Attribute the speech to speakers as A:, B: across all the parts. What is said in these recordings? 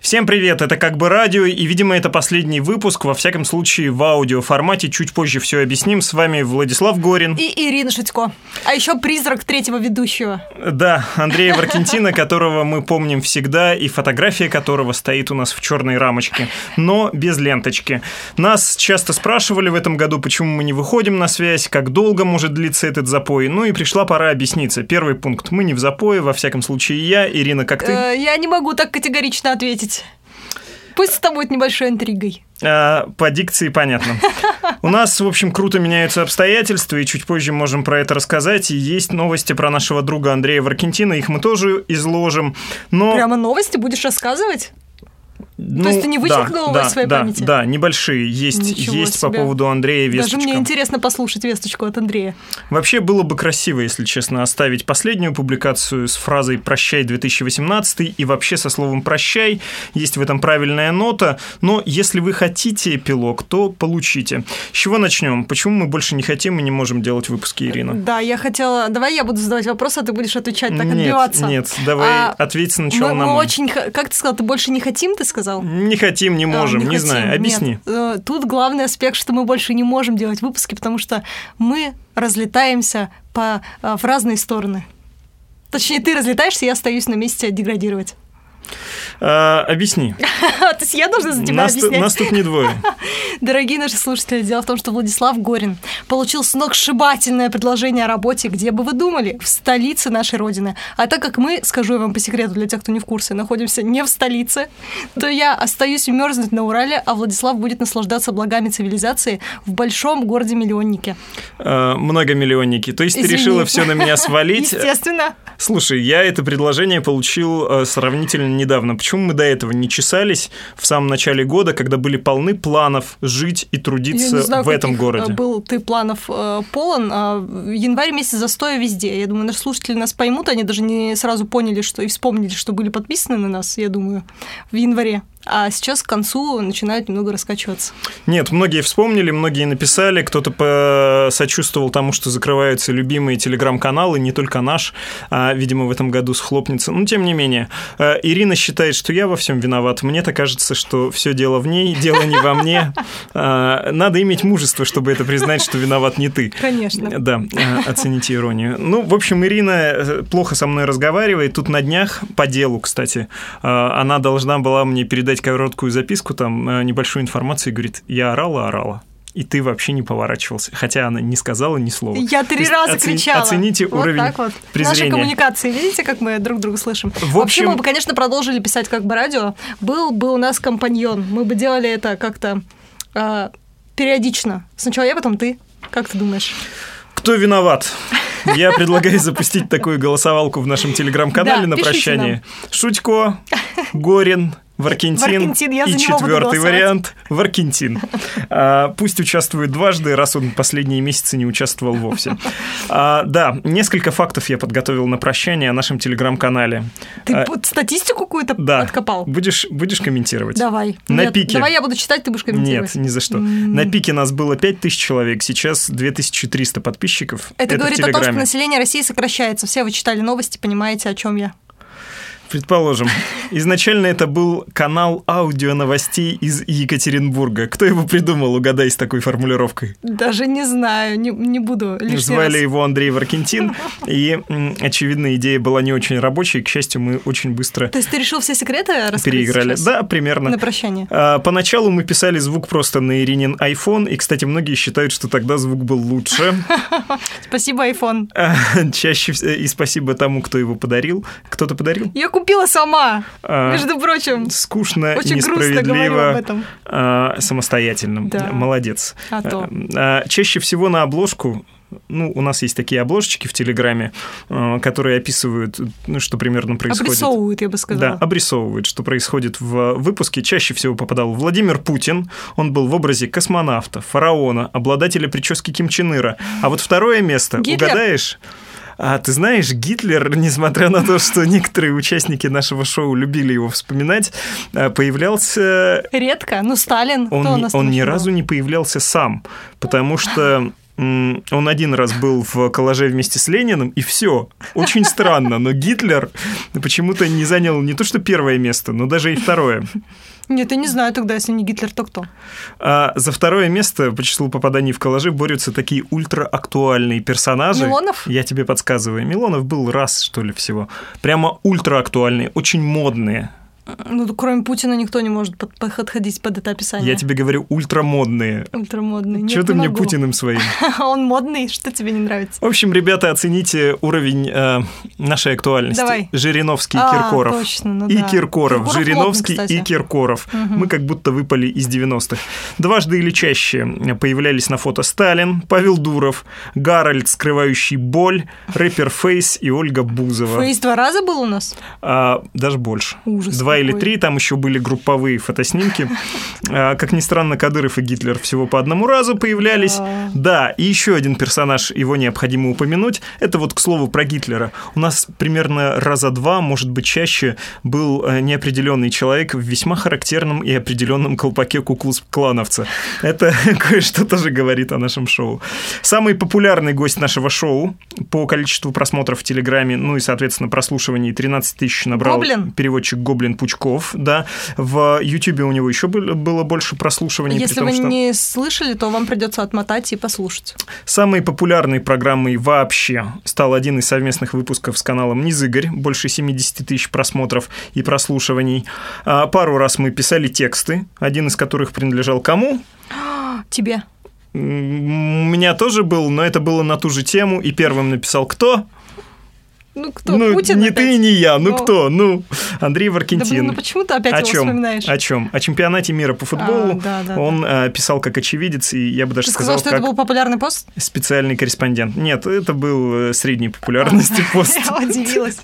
A: Всем привет, это как бы радио, и, видимо, это последний выпуск, во всяком случае, в аудиоформате. Чуть позже все объясним. С вами Владислав Горин.
B: И Ирина Шутько. А еще призрак третьего ведущего.
A: Да, Андрея Варкентина, которого мы помним всегда, и фотография которого стоит у нас в черной рамочке, но без ленточки. Нас часто спрашивали в этом году, почему мы не выходим на связь, как долго может длиться этот запой. Ну и пришла пора объясниться. Первый пункт. Мы не в запое, во всяком случае, я. Ирина, как ты?
B: Э, Я не могу так категорично ответить. Пусть это будет небольшой интригой.
A: А, по дикции понятно. У нас, в общем, круто меняются обстоятельства, и чуть позже можем про это рассказать. И есть новости про нашего друга Андрея Варкентина, их мы тоже изложим. Но,
B: Прямо новости будешь рассказывать?
A: ну,
B: то есть ты не вычеркнула
A: да,
B: из своей
A: да,
B: памяти?
A: Да, небольшие есть,
B: Ничего
A: есть по
B: себе.
A: поводу Андрея весточка.
B: Даже мне интересно послушать весточку от Андрея.
A: Вообще было бы красиво, если честно, оставить последнюю публикацию с фразой «Прощай 2018» и вообще со словом «Прощай». Есть в этом правильная нота, но если вы хотите эпилог, то получите. С чего начнем? Почему мы больше не хотим и не можем делать выпуски, Ирина?
B: Да, я хотела... Давай я буду задавать вопросы, а ты будешь отвечать, так
A: нет,
B: отбиваться.
A: нет, давай
B: А,
A: ответь сначала
B: Мы,
A: на
B: мы
A: мой.
B: очень... х- Как ты сказал, ты больше не хотим, ты сказал?
A: Не хотим, не
B: А,
A: можем, не,
B: хотим.
A: знаю,
B: Нет.
A: объясни.
B: Э, Тут главный аспект, что мы больше не можем делать выпуски, потому что мы разлетаемся по, э, в разные стороны. Точнее, ты разлетаешься, я остаюсь на месте деградировать.
A: А, объясни.
B: То есть я должна за тебя
A: Нас, ту-
B: объяснять.
A: нас тут не двое.
B: Дорогие наши слушатели, дело в том, что Владислав Горин получил сногсшибательное предложение о работе, где бы вы думали, в столице нашей Родины. А так как мы, скажу я вам по секрету для тех, кто не в курсе, находимся не в столице, то я остаюсь мерзнуть на Урале, а Владислав будет наслаждаться благами цивилизации в большом городе-миллионнике.
A: А, многомиллионники. То есть ты
B: Извини.
A: решила все на меня свалить.
B: Естественно.
A: Слушай, я это предложение получил э, сравнительно недавно. Почему мы до этого не чесались в самом начале года, когда были полны планов жить и
B: Я
A: трудиться
B: не знаю,
A: в этом
B: каких,
A: городе?
B: э, Был ты планов э, полон. а в январь месяц застоя везде. Я думаю, наши слушатели нас поймут. Они даже не сразу поняли, что и вспомнили, что были подписаны на нас, я думаю, в январе. А сейчас к концу начинают немного раскачиваться.
A: Нет, многие вспомнили, многие написали, кто-то посочувствовал тому, что закрываются любимые телеграм-каналы, не только наш, а, видимо, в этом году схлопнется. Но тем не менее, э, Ирина считает, что я во всем виноват. Мне-то кажется, что все дело в ней, дело не во мне. А, Надо иметь мужество, чтобы это признать, что виноват не ты.
B: Конечно.
A: Да, э, оцените иронию. Ну, в общем, Ирина э, плохо со мной разговаривает. Тут на днях, по делу, кстати, э, она должна была мне передать короткую записку, там э, небольшую информацию, и говорит, я орала, орала. И ты вообще не поворачивался. Хотя она не сказала ни слова.
B: Я три
A: ну, есть
B: раза
A: оцени-
B: кричала.
A: оцените
B: Вот
A: уровень
B: так вот.
A: презрения.
B: Наши коммуникации, видите, как мы друг друга слышим.
A: В
B: Вообще,
A: общем-
B: мы бы, конечно, продолжили писать как бы радио. Был бы у нас компаньон. Мы бы делали это как-то э, периодично. Сначала я, потом ты. Как ты думаешь?
A: Кто виноват? Я предлагаю запустить такую голосовалку в нашем телеграм-канале
B: Да,
A: на
B: пишите
A: прощание. Шутько, Горин, Варкентин,
B: Варкентин, я за
A: и
B: него буду
A: четвертый
B: голосовать.
A: вариант Варкентин. А, пусть участвует дважды, раз он последние месяцы не участвовал вовсе. А, да, несколько фактов я подготовил на прощание о нашем телеграм-канале.
B: Ты
A: А,
B: под статистику какую-то
A: да.
B: откопал?
A: Будешь, будешь комментировать?
B: Давай.
A: На
B: Нет,
A: пике.
B: Давай я буду читать, ты будешь комментировать.
A: Нет, ни за что. На пике нас было 5000 человек, сейчас 2300 подписчиков.
B: Это,
A: в
B: говорит о том, что
A: Телеграме.
B: население России сокращается. Все вы читали новости, понимаете, о чем я.
A: Предположим, изначально это был канал аудио новостей из Екатеринбурга. Кто его придумал, угадай, с такой формулировкой?
B: Даже не знаю, не, не буду лишний
A: Звали
B: раз.
A: его Андрей Варкентин, и, м, очевидно, идея была не очень рабочей. К счастью, мы очень быстро
B: То есть ты решил все секреты раскрыть
A: переиграли.
B: сейчас?
A: Да, примерно.
B: На прощание.
A: А, Поначалу мы писали звук просто на Иринин iPhone, и, кстати, многие считают, что тогда звук был лучше.
B: Спасибо, iPhone.
A: А, Чаще вс- и спасибо тому, кто его подарил. Кто-то подарил?
B: Я купила сама,
A: А,
B: между прочим.
A: Скучно,
B: Очень грустно говорю об
A: несправедливо,
B: этом.
A: а, самостоятельным.
B: Да.
A: Молодец.
B: А то.
A: А, Чаще всего на обложку ну, у нас есть такие обложечки в Телеграме, а, которые описывают, ну, что примерно происходит.
B: Обрисовывают, я бы
A: Да,
B: сказала.
A: обрисовывает, что происходит в выпуске. Чаще всего попадал Владимир Путин. Он был в образе космонавта, фараона, обладателя прически Ким Чен Ира. А вот второе место,
B: Гитлер.
A: угадаешь? А ты знаешь, Гитлер, несмотря на то, что некоторые участники нашего шоу любили его вспоминать, а, появлялся
B: Редко. Ну, Сталин.
A: он,
B: кто у
A: ни-
B: нас
A: он
B: там
A: ни
B: еще был?
A: разу не появлялся сам, потому что он один раз был в коллаже вместе с Лениным, и все. Очень странно, но Гитлер почему-то не занял не то что первое место, но даже и второе.
B: Нет, я не знаю тогда, если не Гитлер, то кто?
A: А за второе место по числу попаданий в коллажи борются такие ультраактуальные персонажи.
B: Милонов?
A: Я тебе подсказываю. Милонов был раз, что ли, всего. Прямо ультраактуальные, очень модные.
B: Ну, кроме Путина никто не может под- подходить под это описание.
A: Я тебе говорю, ультрамодные.
B: Ультрамодный. Нет,
A: Чего ты
B: не
A: мне
B: могу. А
A: Путиным своим?
B: Он модный, что тебе не нравится?
A: В общем, ребята, оцените уровень э, нашей актуальности.
B: Давай.
A: Жириновский и
B: А,
A: Киркоров.
B: точно, ну
A: и
B: да.
A: Киркоров.
B: Киркоров
A: Жириновский
B: модный,
A: и
B: кстати.
A: Киркоров. Мы как будто выпали из 90-х. Дважды или чаще появлялись на фото Сталин, Павел Дуров, Гарольд, скрывающий боль, рэпер Фейс и Ольга Бузова.
B: Фейс два раза был у нас?
A: А, даже больше.
B: Ужас
A: Два или
B: какой.
A: три, там еще были групповые фотоснимки. А, Как ни странно, Кадыров и Гитлер всего по одному разу появлялись.
B: Да.
A: Да, и еще один персонаж, его необходимо упомянуть. Это вот, к слову, про Гитлера. У нас примерно раза два, может быть, чаще был э, неопределенный человек в весьма характерном и определенном колпаке куклус-клановца. Это кое-что тоже говорит о нашем шоу. Самый популярный гость нашего шоу по количеству просмотров в Телеграме, ну и, соответственно, прослушиваний 13 тысяч набрал
B: Гоблин?
A: переводчик Гоблин Пучков, да. В Ютубе у него еще было- было больше прослушиваний. при
B: А Если
A: том,
B: вы
A: что...
B: не слышали, то вам придется отмотать и послушать.
A: Самой популярной программой вообще стал один из совместных выпусков с каналом Низыгорь, больше 70 тысяч просмотров и прослушиваний. А, Пару раз мы писали тексты, один из которых принадлежал кому?
B: А, Тебе.
A: М, У меня тоже был, но это было на ту же тему, и первым написал кто?
B: Ну кто?
A: ну,
B: Путин
A: не
B: опять?
A: ты, не я, ну
B: Ну.
A: кто? Ну, Андрей
B: Да блин,
A: Варкентин.
B: ну почему ты опять
A: о
B: его
A: чем?
B: вспоминаешь?
A: О чем? О чемпионате мира по футболу.
B: А, да, да,
A: Он э, писал как очевидец, и я бы даже
B: Ты сказал, что
A: как
B: это был популярный пост?
A: Специальный корреспондент. Нет, это был э, средней популярности пост.
B: Я Типа, удивилась.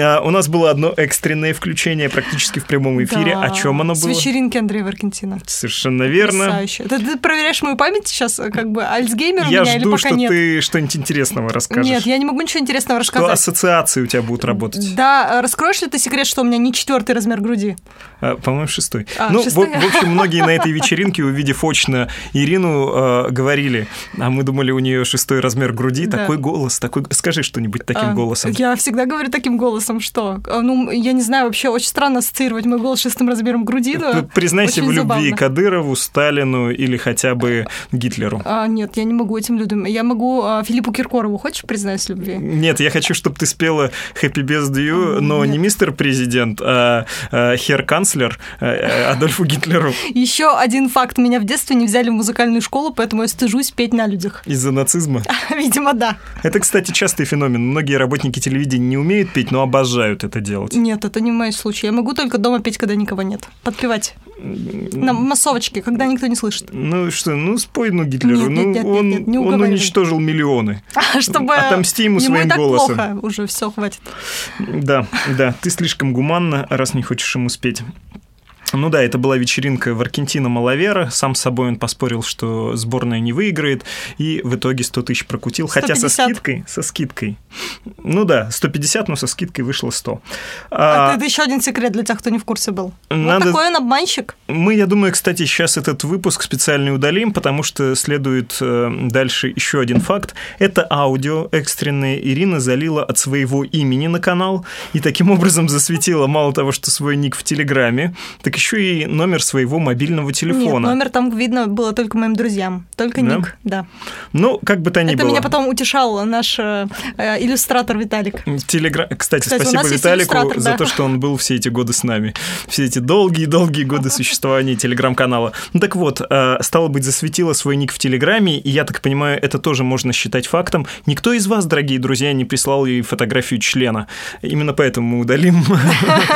A: А, У нас было одно экстренное включение практически в прямом эфире.
B: Да.
A: О чем оно
B: С
A: было?
B: вечеринки Андрея Варкентина.
A: Совершенно верно.
B: Потрясающе. Это ты проверяешь мою память сейчас, э, как бы Альцгеймер у
A: Я
B: меня или
A: жду,
B: пока
A: что
B: нет?
A: ты что-нибудь интересного расскажешь.
B: Нет, я не могу ничего интересного
A: Что
B: рассказать.
A: ассоциации у тебя будут работать?
B: Да, э, раскроешь ли ты секрет, что у меня не четвертый размер груди?
A: А, По-моему, шестой.
B: А,
A: ну, в-
B: шестой.
A: В, общем, многие на этой вечеринке, увидев очно Ирину, э, говорили, а мы думали, у нее шестой размер груди,
B: Да.
A: такой голос, такой... Скажи что-нибудь таким
B: А,
A: голосом.
B: Я всегда говорю таким голосом, что, а, ну, я не знаю, вообще очень странно ассоциировать мой голос с шестым размером груди. но
A: П- Признайся
B: очень
A: в любви
B: забавно.
A: к Кадырову, Сталину или хотя бы Гитлеру.
B: А, нет, я не могу этим людям. Я могу а, Филиппу Киркорову. Хочешь признать в любви?
A: Нет, я хочу, чтобы ты спела Happy Birthday, You,
B: М,
A: но не
B: нет.
A: мистер президент, а хер-канцлер а, Адольфу Гитлеру
B: Еще один факт. Меня в детстве не взяли в музыкальную школу, поэтому я стыжусь петь на людях.
A: из-за нацизма.
B: Видимо, да.
A: Это, кстати, частый феномен. Многие работники телевидения не умеют петь, но обожают это делать.
B: Нет, это не мой случай. Я могу только дома петь, когда никого нет. Подпевать. На массовочке, когда никто не слышит.
A: Ну что, ну спой, ну Гитлеру,
B: Нет, нет,
A: ну
B: нет, нет,
A: он,
B: нет, не
A: он
B: уговаривай.
A: уничтожил миллионы.
B: А чтобы
A: Отомсти ему
B: ему и
A: своим
B: так
A: голосом.
B: плохо уже, все, хватит.
A: Да, да, ты слишком гуманна, раз не хочешь им успеть. Ну да, это была вечеринка в Аргентино Малавера. Сам с собой он поспорил, что сборная не выиграет, и в итоге 100 тысяч прокутил. Хотя со
B: 150.
A: скидкой, со скидкой. Ну да, 150, но со скидкой вышло 100.
B: А
A: А,
B: Это еще один секрет для тех, кто не в курсе был.
A: Надо-
B: Вот такой он обманщик.
A: Мы, я думаю, кстати, сейчас этот выпуск специально удалим, потому что следует э, дальше еще один факт. Это аудио экстренное Ирина залила от своего имени на канал и таким образом засветила мало того, что свой ник в Телеграме, так еще и номер своего мобильного
B: Нет, ну
A: телефона.
B: номер там видно было только моим друзьям. Только
A: Да?
B: ник, да.
A: Ну, как бы то ни
B: Это
A: было.
B: меня потом утешал наш э, э, иллюстратор Виталик.
A: Телегра... Кстати,
B: Кстати, у
A: спасибо
B: нас есть
A: Виталику
B: иллюстратор,
A: за
B: да.
A: то, что он был все эти годы с нами. Все эти долгие-долгие годы существования телеграм-канала. Ну так вот, э, стало быть, засветила свой ник в Телеграме, и я так понимаю, это тоже можно считать фактом. Никто из вас, дорогие друзья, не прислал ей фотографию члена. Именно поэтому мы удалим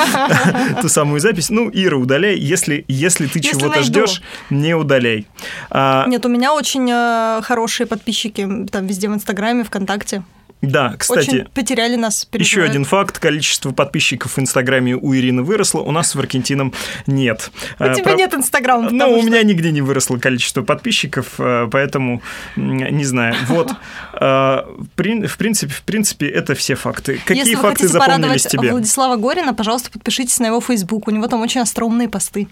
A: ту самую запись. Ну, Ира, удаляй. Если, если ты
B: Если
A: чего-то
B: найду.
A: ждешь, не удаляй. А,
B: Нет, у меня очень э, хорошие подписчики там везде в Инстаграме, ВКонтакте.
A: Да, кстати,
B: очень потеряли нас.
A: Еще
B: переживают.
A: один факт. Количество подписчиков в Инстаграме у Ирины выросло. У нас с Варкентином нет.
B: У тебя нет Инстаграма.
A: э, Ну, у меня нигде не выросло количество подписчиков, э, поэтому м, не знаю. Вот. Э, В прин- в принципе, в принципе, это все факты. Какие
B: Если вы
A: факты
B: хотите
A: запомнились
B: порадовать
A: тебе?
B: Владислава Горина, пожалуйста, подпишитесь на его Facebook. У него там очень остроумные посты.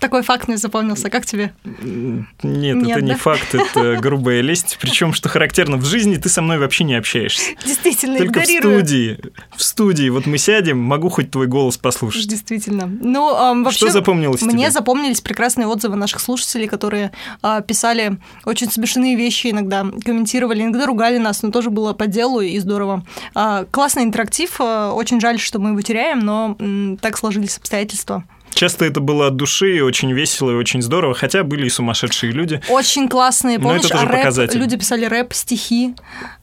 B: Такой факт мне запомнился. Как тебе?
A: Нет,
B: Нет,
A: это не
B: да?
A: факт, это грубая лесть. Причем, что характерно, в жизни ты со мной вообще не общаешься.
B: Действительно,
A: Только в
B: игнорирую.
A: студии. В студии. Вот мы сядем, могу хоть твой голос послушать.
B: Действительно. Ну, ам, вообще...
A: Что запомнилось
B: Мне
A: тебе?
B: запомнились прекрасные отзывы наших слушателей, которые а, писали очень смешные вещи иногда, комментировали, иногда ругали нас, но тоже было по делу и здорово. А, классный интерактив, а, очень жаль, что мы его теряем, но м, так сложились обстоятельства.
A: Часто это было от души, и очень весело и очень здорово, хотя были и сумасшедшие люди.
B: Очень классные,
A: Но Ну, это
B: помнишь, а
A: тоже
B: рэп,
A: показатель.
B: люди писали рэп, стихи.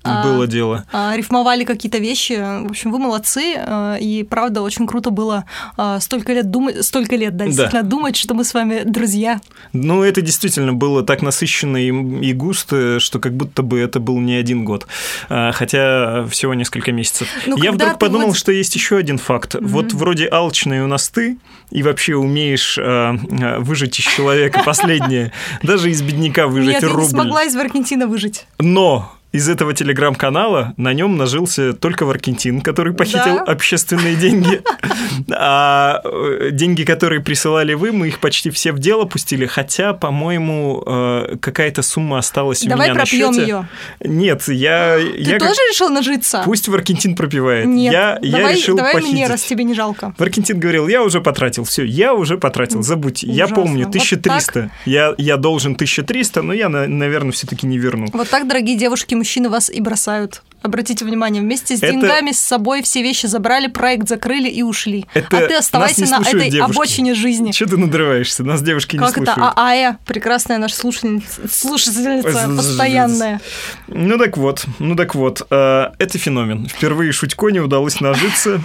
B: а,
A: Было дело.
B: а, рифмовали какие-то вещи. В общем, вы молодцы, а, и правда очень круто было а, столько лет думать, столько лет,
A: Да.
B: да, действительно думать, что мы с вами друзья.
A: Ну, это действительно было так насыщенно и, и густо, что как будто бы это был не один год, А, хотя всего несколько месяцев.
B: Ну,
A: Я
B: когда
A: вдруг
B: ты
A: подумал,
B: вот-
A: что есть еще один факт. Вот вроде алчный у нас ты, и вообще умеешь а, а, выжить из человека последнее, даже из бедняка выжить
B: Нет, я не
A: рубль.
B: смогла из Аргентины выжить.
A: Но из этого телеграм-канала на нем нажился только Варкентин, который похитил
B: Да.
A: общественные деньги. А э, деньги, которые присылали вы, мы их почти все в дело пустили. Хотя, по-моему, э, какая-то сумма осталась у меня
B: Давай
A: на
B: пропьем
A: счете.
B: ее.
A: Нет, я...
B: Ты
A: я как-
B: тоже решил нажиться?
A: Пусть Варкентин пропивает.
B: Нет.
A: Я, я
B: давай
A: решил
B: давай
A: похитить.
B: мне, раз тебе не жалко.
A: Варкентин говорил, я уже потратил, все, я уже потратил, забудь, я
B: Ужасно.
A: помню,
B: Вот
A: 1300, я, я должен 1300, но я, наверное, все-таки не верну.
B: Вот так, дорогие девушки, мужчины вас и бросают. Обратите внимание, вместе с
A: Это-
B: деньгами, с собой все вещи забрали, проект закрыли и ушли.
A: Это
B: а ты
A: нас
B: оставайся
A: не
B: на
A: слушают
B: этой
A: девушки.
B: обочине жизни.
A: Че ты надрываешься? Нас девушки
B: Как
A: не
B: это?
A: слушают.
B: А Ая, прекрасная наша слушательница, слушательница
A: Ой,
B: постоянная.
A: Ну так вот, ну так вот, э, это феномен. Впервые Шутько не удалось нажиться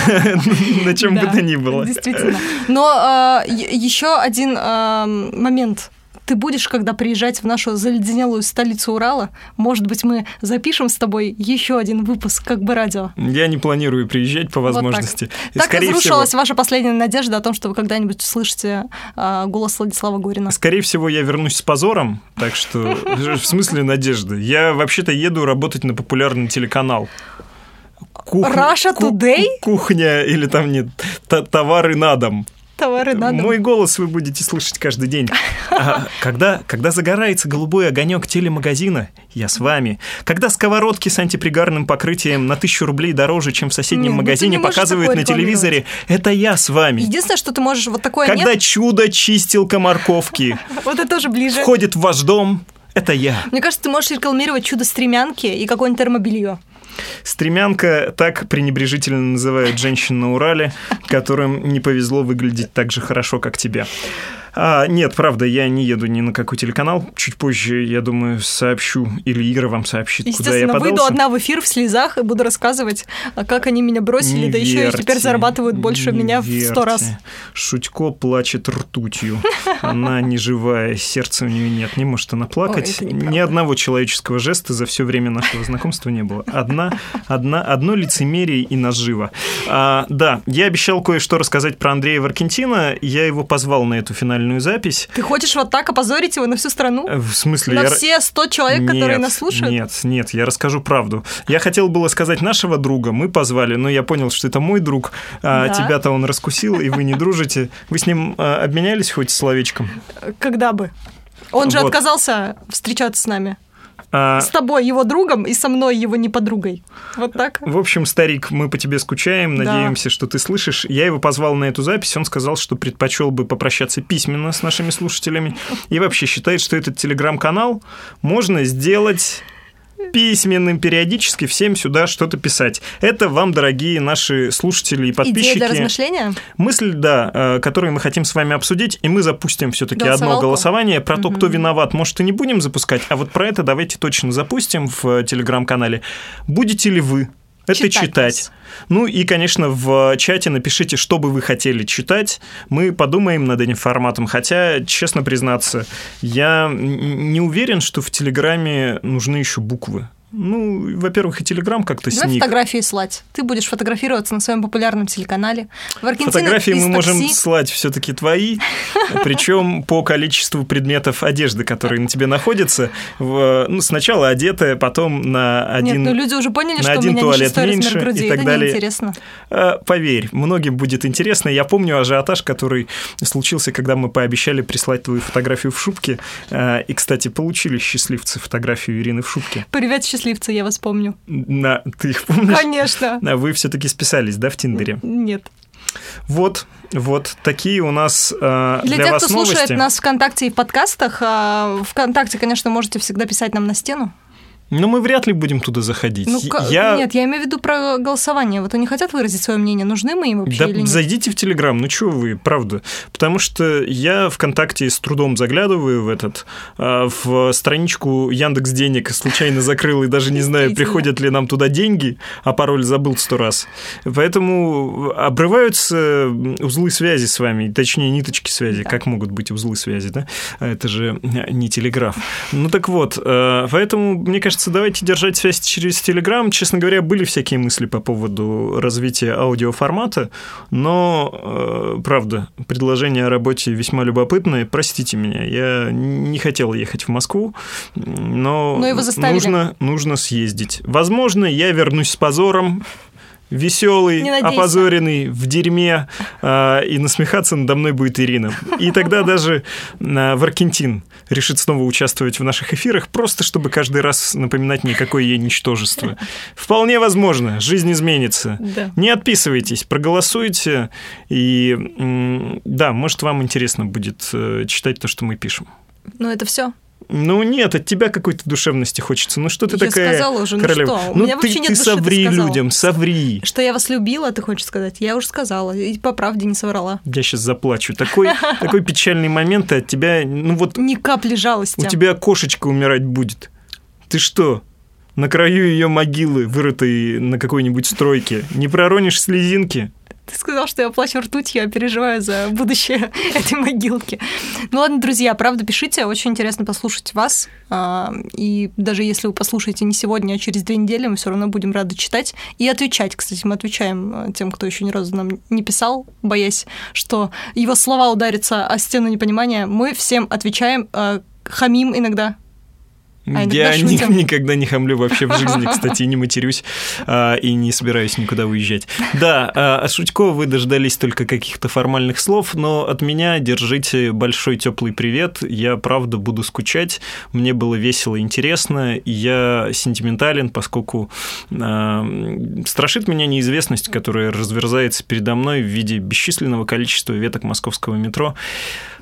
A: на чем бы
B: Да,
A: то ни было.
B: Действительно. Но а, еще один а, момент. Ты будешь, когда приезжать в нашу заледенелую столицу Урала, может быть, мы запишем с тобой еще один выпуск как бы радио.
A: Я не планирую приезжать по
B: Вот так.
A: возможности. И,
B: Так
A: скорее
B: разрушилась
A: всего,
B: ваша последняя надежда о том, что вы когда-нибудь услышите а, голос Владислава Горина.
A: Скорее всего, я вернусь с позором, так что в смысле надежды. Я вообще-то еду работать на популярный телеканал. Кухня-
B: Russia
A: ку-
B: Today?
A: Кухня или там нет, т- товары на дом.
B: Товары на дом.
A: Мой голос вы будете слышать каждый день. А, когда, когда загорается голубой огонек телемагазина, я с вами. Когда сковородки с антипригарным покрытием на тысячу рублей дороже, чем в соседнем
B: Нет, ну ты
A: магазине,
B: не можешь
A: показывают
B: такое
A: на телевизоре, это я с вами.
B: Единственное, что ты можешь вот такое
A: Когда
B: нет,
A: чудо-чистилка морковки
B: вот это тоже ближе.
A: входит в ваш дом, это я.
B: Мне кажется, ты можешь рекламировать чудо-стремянки и какое-нибудь термобелье.
A: Стремянка так пренебрежительно называют женщин на Урале, которым не повезло выглядеть так же хорошо, как тебе. А, нет, правда, я не еду ни на какой телеканал. Чуть позже, я думаю, сообщу, или Ира вам сообщит, куда я
B: Естественно,
A: подался.
B: выйду одна в эфир в слезах и буду рассказывать, а, как они меня бросили,
A: Не
B: да еще и
A: верьте,
B: теперь зарабатывают больше
A: не
B: меня в сто раз.
A: верьте. Шутько плачет ртутью. Она не живая, сердца у нее нет. Не может она плакать.
B: это неправда.
A: Ни одного человеческого жеста за все время нашего знакомства не было. Одна, одна, одно лицемерие и наживо. А, да, я обещал кое-что рассказать про Андрея Варкентина. Я его позвал на эту финальную запись.
B: Ты хочешь вот так опозорить его на всю страну?
A: Э, В смысле,
B: на
A: я...
B: все 100 человек, которые
A: Нет,
B: нас слушают?
A: Нет, нет, я расскажу правду. Я хотел было сказать нашего друга, мы позвали, но я понял, что это мой друг, а
B: Да.
A: тебя-то он раскусил, и вы не дружите. Вы с ним а, обменялись хоть словечком?
B: Когда бы? Он же
A: Вот.
B: отказался встречаться с нами.
A: А,
B: С тобой его другом и со мной его не подругой. Вот так?
A: В общем, старик, мы по тебе скучаем,
B: Да.
A: надеемся, что ты слышишь. Я его позвал на эту запись, он сказал, что предпочел бы попрощаться письменно с нашими слушателями и вообще считает, что этот телеграм-канал можно сделать письменным периодически всем сюда что-то писать. Это вам, дорогие наши слушатели и
B: Идея для
A: подписчики.
B: размышления?
A: Мысль, да, э, которую мы хотим с вами обсудить, и мы запустим все-таки одно
B: Голосовалку.
A: голосование про то, кто виноват. Может, и не будем запускать, а вот про это давайте точно запустим в э, телеграм-канале. Будете ли вы это
B: Читать
A: читать? Ну и, конечно, в э, чате напишите, что бы вы хотели читать. Мы подумаем над этим форматом. Хотя, честно признаться, я н- не уверен, что в Телеграме нужны еще буквы. Ну, во-первых, и Телеграм как-то
B: Давай
A: сник.
B: фотографии слать. Ты будешь фотографироваться на своем популярном телеканале. В Аргентине
A: Фотографии
B: из
A: мы
B: такси-
A: можем слать все-таки твои, причем по количеству предметов одежды, которые на тебе находятся. В, ну, сначала одетая, потом на
B: Нет,
A: один...
B: ну люди уже поняли,
A: на
B: что
A: один
B: у меня не
A: туалет
B: шестой
A: меньше
B: размер груди.
A: и так
B: Это
A: далее.
B: неинтересно.
A: Э, Поверь, многим будет интересно. Я помню ажиотаж, который случился, когда мы пообещали прислать твою фотографию в шубке. Э, И, кстати, получили счастливцы фотографию Ирины в шубке.
B: Привет, счастливцы, я вас помню.
A: На, ты их помнишь?
B: Конечно.
A: А Вы все-таки списались, да, в Тиндере?
B: Нет.
A: Вот, вот такие у нас э, для,
B: Для, тех,
A: вас
B: кто
A: новости.
B: слушает нас ВКонтакте и в подкастах, а, ВКонтакте, конечно, можете всегда писать нам на стену.
A: Но Ну, мы вряд ли будем туда заходить.
B: Ну, ка-
A: я...
B: Нет, я имею в виду про голосование. Вот они хотят выразить свое мнение, нужны мы им вообще
A: Да
B: или нет.
A: зайдите в Телеграм, ну чего вы, правда. Потому что я ВКонтакте с трудом заглядываю в этот, э, в страничку Яндекс Денег случайно закрыл и даже не знаю,
B: Действительно.
A: приходят ли нам туда деньги, а пароль забыл сто раз. Поэтому обрываются узлы связи с вами, точнее ниточки связи.
B: Да.
A: Как могут быть узлы связи, да? А Это же э, не телеграф. Ну так вот, э, поэтому, мне кажется, давайте держать связь через Телеграм. Честно говоря, были всякие мысли по поводу развития аудиоформата, но, э, правда, предложение о работе весьма любопытное. Простите меня, я не хотел ехать в Москву, но,
B: Но его Ну заставили.
A: нужно, нужно съездить. Возможно, я вернусь с позором, веселый,
B: Не надейся.
A: опозоренный, в дерьме, э, и насмехаться надо мной будет Ирина. И тогда даже э, Варкентин решит снова участвовать в наших эфирах, просто чтобы каждый раз напоминать мне, какое ей ничтожество. Вполне возможно, жизнь изменится.
B: Да.
A: Не отписывайтесь, проголосуйте, и м, да, может, вам интересно будет э, читать то, что мы пишем.
B: Ну, это все.
A: Ну нет, от тебя какой-то душевности хочется. Ну что ты
B: я
A: такая
B: сказала уже,
A: королева?
B: ну что? У
A: Ну
B: меня
A: ты,
B: вообще нет
A: ты
B: души, ты
A: соври
B: сказала.
A: людям, соври.
B: Что я вас любила, ты хочешь сказать? Я уже сказала, и по правде не соврала.
A: Я сейчас заплачу. Такой, такой печальный момент, и от тебя, ну вот
B: Ни капли жалости.
A: у тебя кошечка умирать будет. Ты что, на краю ее могилы, вырытой на какой-нибудь стройке, не проронишь слезинки?
B: Ты сказал, что я плачу ртутью, я переживаю за будущее этой могилки. Ну ладно, друзья, правда, пишите, очень интересно послушать вас. А, И даже если вы послушаете не сегодня, а через две недели, мы все равно будем рады читать и отвечать. Кстати, мы отвечаем э, тем, кто еще ни разу нам не писал, боясь, что его слова ударятся о стену непонимания. Мы всем отвечаем, э, хамим иногда. А иногда
A: Я ни-
B: шутим.
A: никогда не хамлю вообще в жизни, кстати, и не матерюсь, а, и не собираюсь никуда уезжать. Да, а, от Шутько вы дождались только каких-то формальных слов, но от меня держите большой теплый привет. Я, правда, буду скучать. Мне было весело и интересно. и Я сентиментален, поскольку а, страшит меня неизвестность, которая разверзается передо мной в виде бесчисленного количества веток московского метро.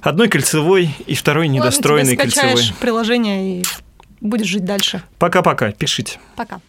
A: Одной кольцевой и второй недостроенной
B: Ладно, тебе скачаешь
A: кольцевой.
B: приложение и будешь жить дальше.
A: Пока-пока, пишите.
B: Пока.